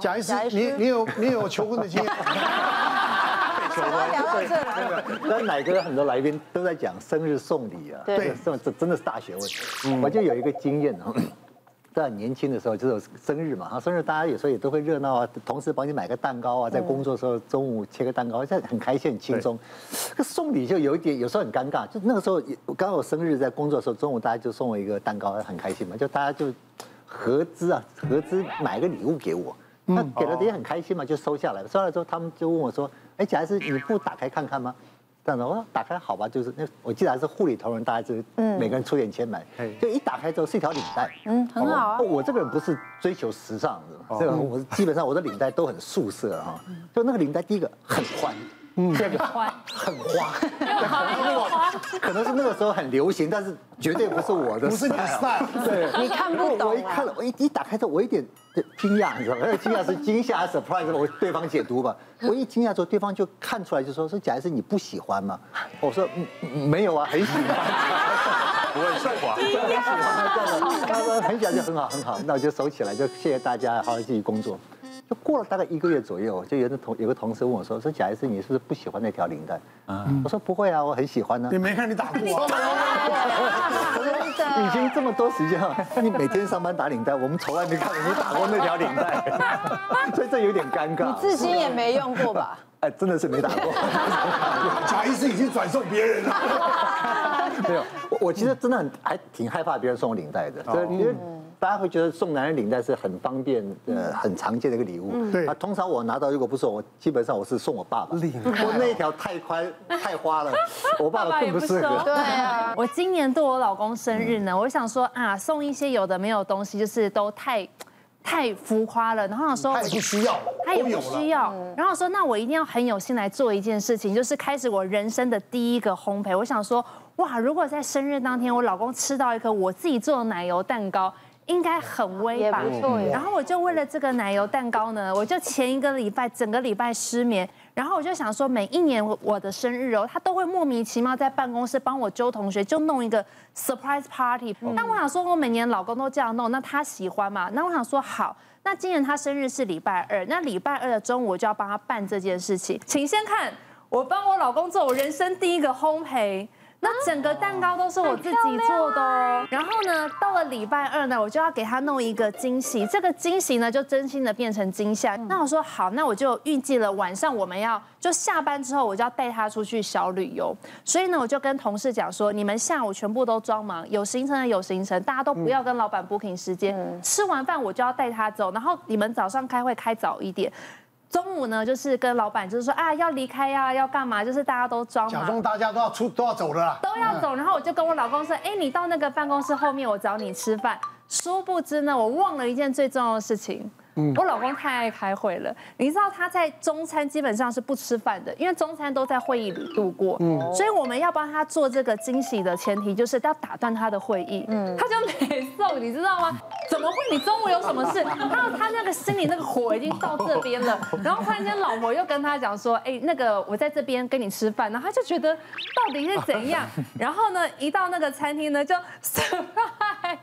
贾医师贾医，师你你有你有求婚的经验？怎么聊到这了？ 那奶哥很多来宾都在讲生日送礼啊，对这这真的是大学问。我就有一个经验啊，在很年轻的时候，就是生日嘛，啊，生日大家有时候也都会热闹啊，同事帮你买个蛋糕啊，在工作的时候中午切个蛋糕，现在很开心很轻松。可送礼就有一点，有时候很尴尬。就那个时候也，我刚好我生日在工作的时候，中午大家就送我一个蛋糕，很开心嘛，就大家就合资啊，合资买个礼物给我。那给了也很开心嘛，就收下来了。收下来之后，他们就问我说：“哎，贾医师，你不打开看看吗？”这样子，我说打开好吧，就是那我记得还是护理同仁，大家就是每个人出点钱买，就一打开之后是一条领带，嗯很好啊哦我这个人不是追求时尚的，这个我基本上我的领带都很素色哈，嗯就那个领带第一个很宽。第二个很花，可能是那个时候很流行，但是绝对不是我的，不是你的 style 哎对，你看不懂啊我一看了，我一一打开之后，我一点惊讶，你知道吗？ 那个惊讶是惊吓 surprise，我对方解读吧。我一惊讶之后，对方就看出来，就说说贾医师你不喜欢吗？我说嗯嗯没有啊，很喜欢。不会说啊谎。他说很小就很好很好，那我就收起来，就谢谢大家，好好继续工作。就过了大概一个月左右，就有的同有个同事问我说：“说贾医师，你是不是不喜欢那条领带？”我说：“不会啊，我很喜欢呢、你没看你打过啊？已经这么多时间了，你每天上班打领带，我们从来没看过你打过那条领带， 所以这有点尴尬。至今也没用过吧？哎，真的是没打过。 贾医师已经转送别人了。没有， 我我其实真的很还挺害怕别人送我领带的，就是因为大家会觉得送男人领带是很方便、呃很常见的一个礼物。对啊，通常我拿到如果不送我，基本上我是送我爸爸。我那一条太宽太花了，我爸爸更不适合。对啊，我今年对我老公生日呢，我就想说啊，送一些有的没有的东西，就是都太太浮夸了。然后我想他说也不需要，他也都有不了需要，然后我说那我一定要很有心来做一件事情，就是开始我人生的第一个烘焙。我想说，哇，如果在生日当天我老公吃到一颗我自己做的奶油蛋糕。应该很威吧也不错耶？然后我就为了这个奶油蛋糕呢，我就前一个礼拜整个礼拜失眠，然后我就想说，每一年我我的生日哦，他都会莫名其妙在办公室帮我揪同学，就弄一个 surprise party。但嗯我想说，我每年老公都这样弄，那他喜欢嘛？那我想说好。那今年他生日是礼拜二，那礼拜二的中午我就要帮他办这件事情。请先看我帮我老公做我人生第一个烘焙。那整个蛋糕都是我自己做的哦。然后呢，到了礼拜二呢，我就要给他弄一个惊喜。这个惊喜呢，就真心的变成惊吓。那我说好，那我就预计了晚上我们要就下班之后，我就要带他出去小旅游。所以呢，我就跟同事讲说，你们下午全部都装忙，有行程的啊有行程，大家都不要跟老板 booking 时间。吃完饭我就要带他走，然后你们早上开会开早一点。中午呢，就是跟老板就是说啊，要离开呀、要干嘛，就是大家都装假忙。装大家都要出都要走了啦。都要走，然后我就跟我老公说，哎，你到那个办公室后面，我找你吃饭。殊不知呢，我忘了一件最重要的事情。我老公太爱开会了，你知道他在中餐基本上是不吃饭的，因为中餐都在会议里度过。所以我们要帮他做这个惊喜的前提就是要打断他的会议。他就没送，你知道吗？怎么会？你中午有什么事？他他那个心里那个火已经到这边了，然后突然间老婆又跟他讲说，哎，那个我在这边跟你吃饭，然后他就觉得到底是怎样？然后呢，一到那个餐厅呢，就 surprise。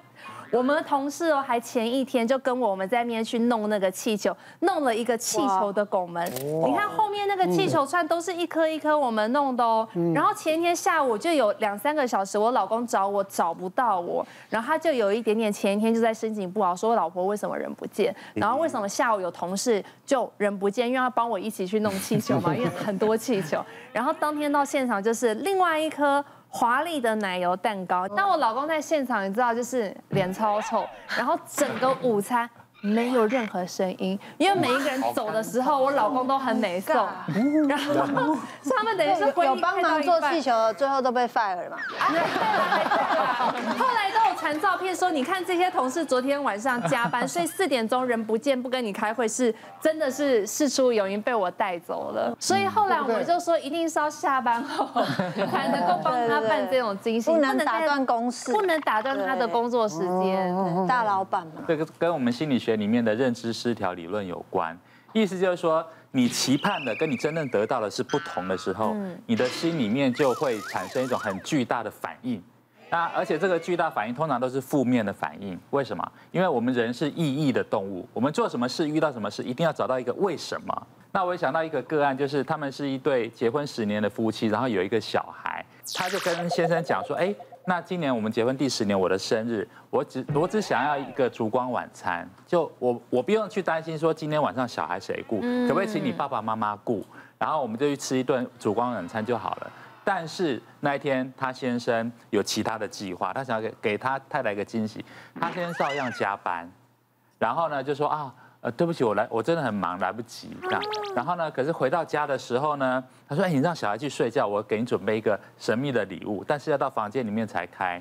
我 们的同事哦，还前一天就跟我们在那边去弄那个气球，弄了一个气球的拱门。你看后面那个气球串都是一颗一颗我们弄的哦。然后前一天下午就有两三个小时，我老公找我找不到我，然后他就有一点点前一天就在心情不好，说我老婆为什么人不见，然后为什么下午有同事就人不见，因为要帮我一起去弄气球嘛，因为很多气球。然后当天到现场就是另外一颗。华丽的奶油蛋糕。但我老公在现场，你知道，就是脸超臭，然后整个午餐。没有任何声音，因为每一个人走的时候，我老公都很美送，然后所以他们等于是啊有回有帮忙做气球的，最后都被 fire 了嘛？ 后来都有传照片说，你看这些同事昨天晚上加班，所以四点钟人不见不跟你开会，是真的是事出有因被我带走了。所以后来我们就说，一定是要下班后才能够帮他办这种惊喜，嗯不能在打断公事哦不能打断他的工作时间。大老板嘛，这个跟我们心理学里面的认知失调理论有关，意思就是说，你期盼的跟你真正得到的是不同的时候，你的心里面就会产生一种很巨大的反应。那而且这个巨大反应通常都是负面的反应，为什么？因为我们人是意义的动物，我们做什么事、遇到什么事，一定要找到一个为什么。那我也想到一个个案，就是他们是一对结婚十年的夫妻，然后有一个小孩，他就跟先生讲说：“哎，那今年我们结婚第十年，我的生日，我只我只想要一个烛光晚餐，就我我不用去担心说今天晚上小孩谁顾，可不可以请你爸爸妈妈顾？然后我们就去吃一顿烛光晚餐就好了。”但是那一天，他先生有其他的计划，他想要给给他太太一个惊喜，他先生照样加班，然后呢就说啊，呃，对不起，我来，我真的很忙，来不及这样。然后呢，可是回到家的时候呢，他说，哎，你让小孩去睡觉，我给你准备一个神秘的礼物，但是要到房间里面才开。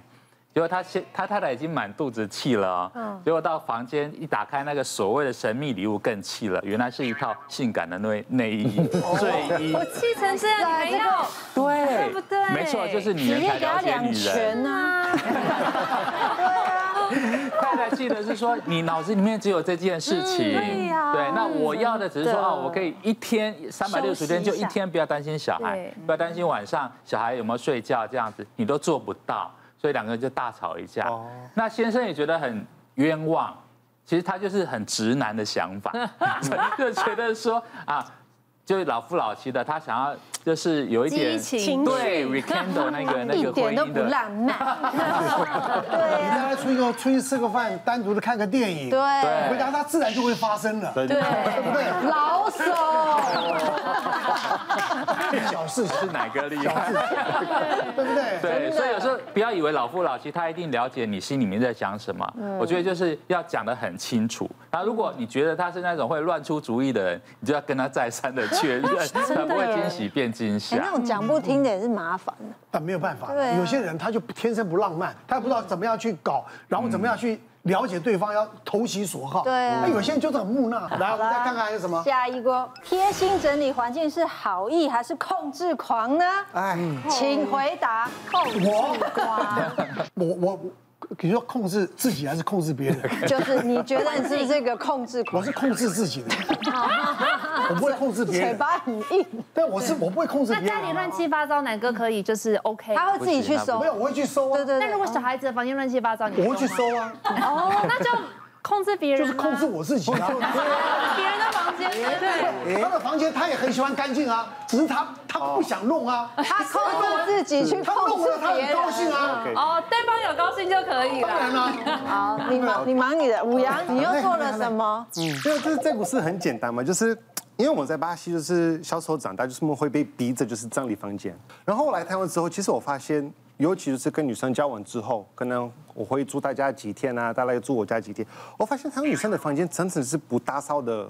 结果他先他太太已经满肚子气了、哦，结果到房间一打开那个所谓的神秘礼物更气了，原来是一套性感的内内衣睡衣，我气成这样，你还啊要对，对不对没错，就是女直人接才给了他解两女人。拳啊嗯呐、太太气的是说，你脑子里面只有这件事情，嗯对呀对那我要的只是说，真的哦，我可以一天三百六十天就一天不要担心小孩对，不要担心晚上小孩有没有睡觉这样子，你都做不到，所以两个人就大吵一架。那先生也觉得很冤枉，其实他就是很直男的想 法，就觉得说啊。就是老夫老妻的，他想要就是有一点激情对 rekindle 那个那一个婚点都姻不的浪漫。你让他出去出去吃个饭，单独的看个电影，啊对，回答他自然就会发生了，对不对？老手，哎小事情，是哪个厉害？对不对？对，所以有时候不要以为老夫老妻他一定了解你心里面在想什么。我觉得就是要讲得很清楚。那如果你觉得他是那种会乱出主意的人，你就要跟他再三的确认，才不会惊喜变惊哎，吓。那种讲不听的也是麻烦的。但没有办法，对啊有些人他就天生不浪漫，他不知道怎么样去搞，然后怎么样去了解对方，要投其所好。对啊那有些人就是很木讷。来，我好们啦再看看还有什么？下一锅，贴心整理环境是好意还是控制狂呢？哎，请回答。控制狂，我我我你说控制自己还是控制别人？就是你觉得你是不是一个控制我狂？是控制自己的，我不会控制别嘴人，巴很硬，但我是我不会控制那别人啊。家里乱七八糟，哪个可以就是嗯 OK？他会自己去收没。有，我会去收啊。对对那对如。果小孩子的房间乱七八糟，你我会去吗收啊，哦，那就控制别人就啊，是控制我自己啊。别人的房间，对，他的房间他也很喜欢干净啊，只是他他不想弄啊，哦他控制自己去他控弄制了他别很人。高兴啊。哦，对方有高兴就可以当然了。啦、好，你忙你忙你的，五羊，你又做了什么？因为这这故事很简单嘛，就是因为我在巴西就是小时候长大，就是会被逼着就是整理房间。然后我来台湾之后，其实我发现，尤其是跟女生交往之后，可能我会住大家几天啊，大家住我家几天，我发现台湾女生的房间真的是不打扫的。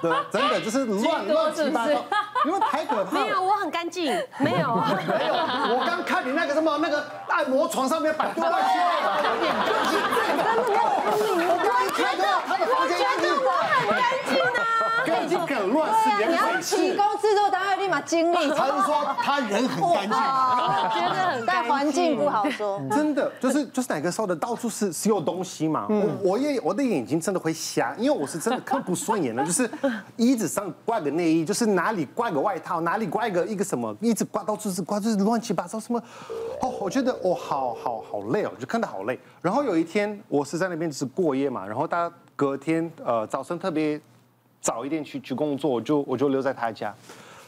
对，真的就是乱乱七八是糟，因为台北没怕有，我很干净，没有。没有，我刚看你那个什么那个按摩床上面摆多半天，我刚一看到他的房间干净，干净很乱是啊对啊，你两要回提事。供制作单位立马经理。他就说他人很干净，哦，觉得很干净但环境不好说。真的就是就是哪个时候的到处是是有东西嘛。我我也我的眼睛真的会瞎，因为我是真的看不顺眼的，就是衣子上挂个内衣，就是哪里挂个外套，哪里挂一个一个什么，一直挂到处是挂，就是乱七八糟什么。哦，我觉得我、哦、好好好累哦，就看得好累。然后有一天我是在那边就是过夜嘛，然后大家隔天呃早上特别早一点去去工作，我就我就留在他家，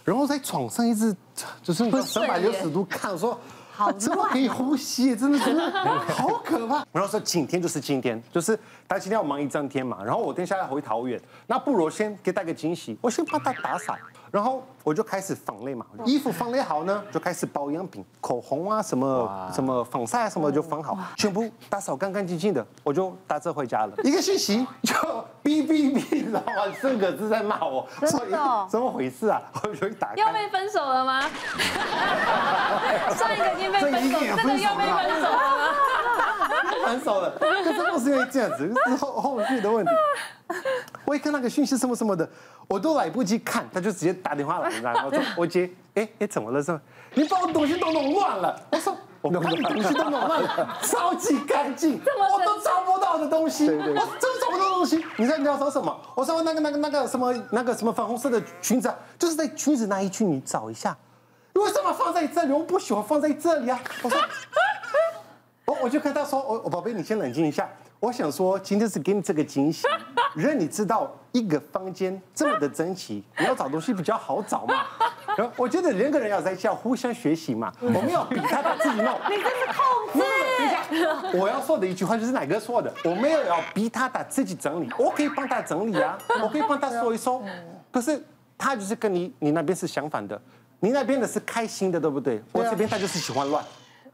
然后在床上一直 就是三百六十度看，我说好 怎么可以呼吸，真的真的好可怕。然后说今天就是今天，就是他今天要忙一整天嘛，然后我等一下要回桃园，那不如先给他个惊喜，我先帮他打扫，然后我就开始放类嘛，衣服放类好呢，就开始保养品、口红啊什么什么防晒啊什么就放好，全部打扫干干净净的，我就搭车回家了。哦一个星期就哔哔哔，然后四个字在骂我，真的哦说怎么回事啊？ 我就一打又开，被分手了吗？ 上一个已经被分手，这一定也这个分手又了被分手了吗？分手了，可是都是因为这样子，就是后后续的问题。我一看那个讯息什么什么的，我都来不及看，他就直接打电话来，你知道吗？我说我接，哎哎怎么了？说你把我东西都弄乱了。我说我把你东西都弄乱了，超级干净，么我都找不到的东西，我真找不到东西。你在聊说什么？我说那个那个那个什么那个什么粉红色的裙子啊，就是在裙子那一区你找一下。你为什么放在这里？我不喜欢放在这里啊！我说哦我就跟他说，我我宝贝，你先冷静一下。我想说，今天是给你这个惊喜，让你知道一个房间这么的珍惜，你要找东西比较好找嘛。然后我觉得人跟人要在一起要互相学习嘛，我们要比他把自己弄。你这是控制。我要说的一句话就是奶哥说的，我没有要逼他打自己整理，我可以帮他整理啊，我可以帮他说一说。可嗯是他就是跟你你那边是相反的，你那边的是开心的，对不啊对？我这边他就是喜欢 乱，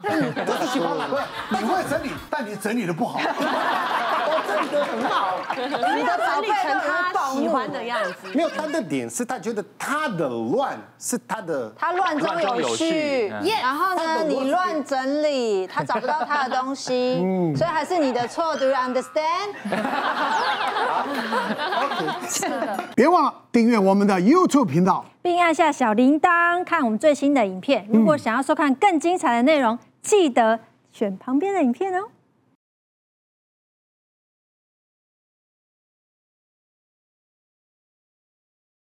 我是喜欢懒，不是你会整理，但你整理的不 好。哦我整理的很好。你要整理成他喜欢的样子。没有他的点是他觉得他的乱是他的，他乱中有序，乱中有序 Yeah，然后呢，你乱整理，他找不到他的东西，所以还是你的错，Do you understand？别忘了订阅我们的 YouTube 频道。并按下小铃铛看我们最新的影片。如果想要收看更精彩的内容，记得选旁边的影片哦。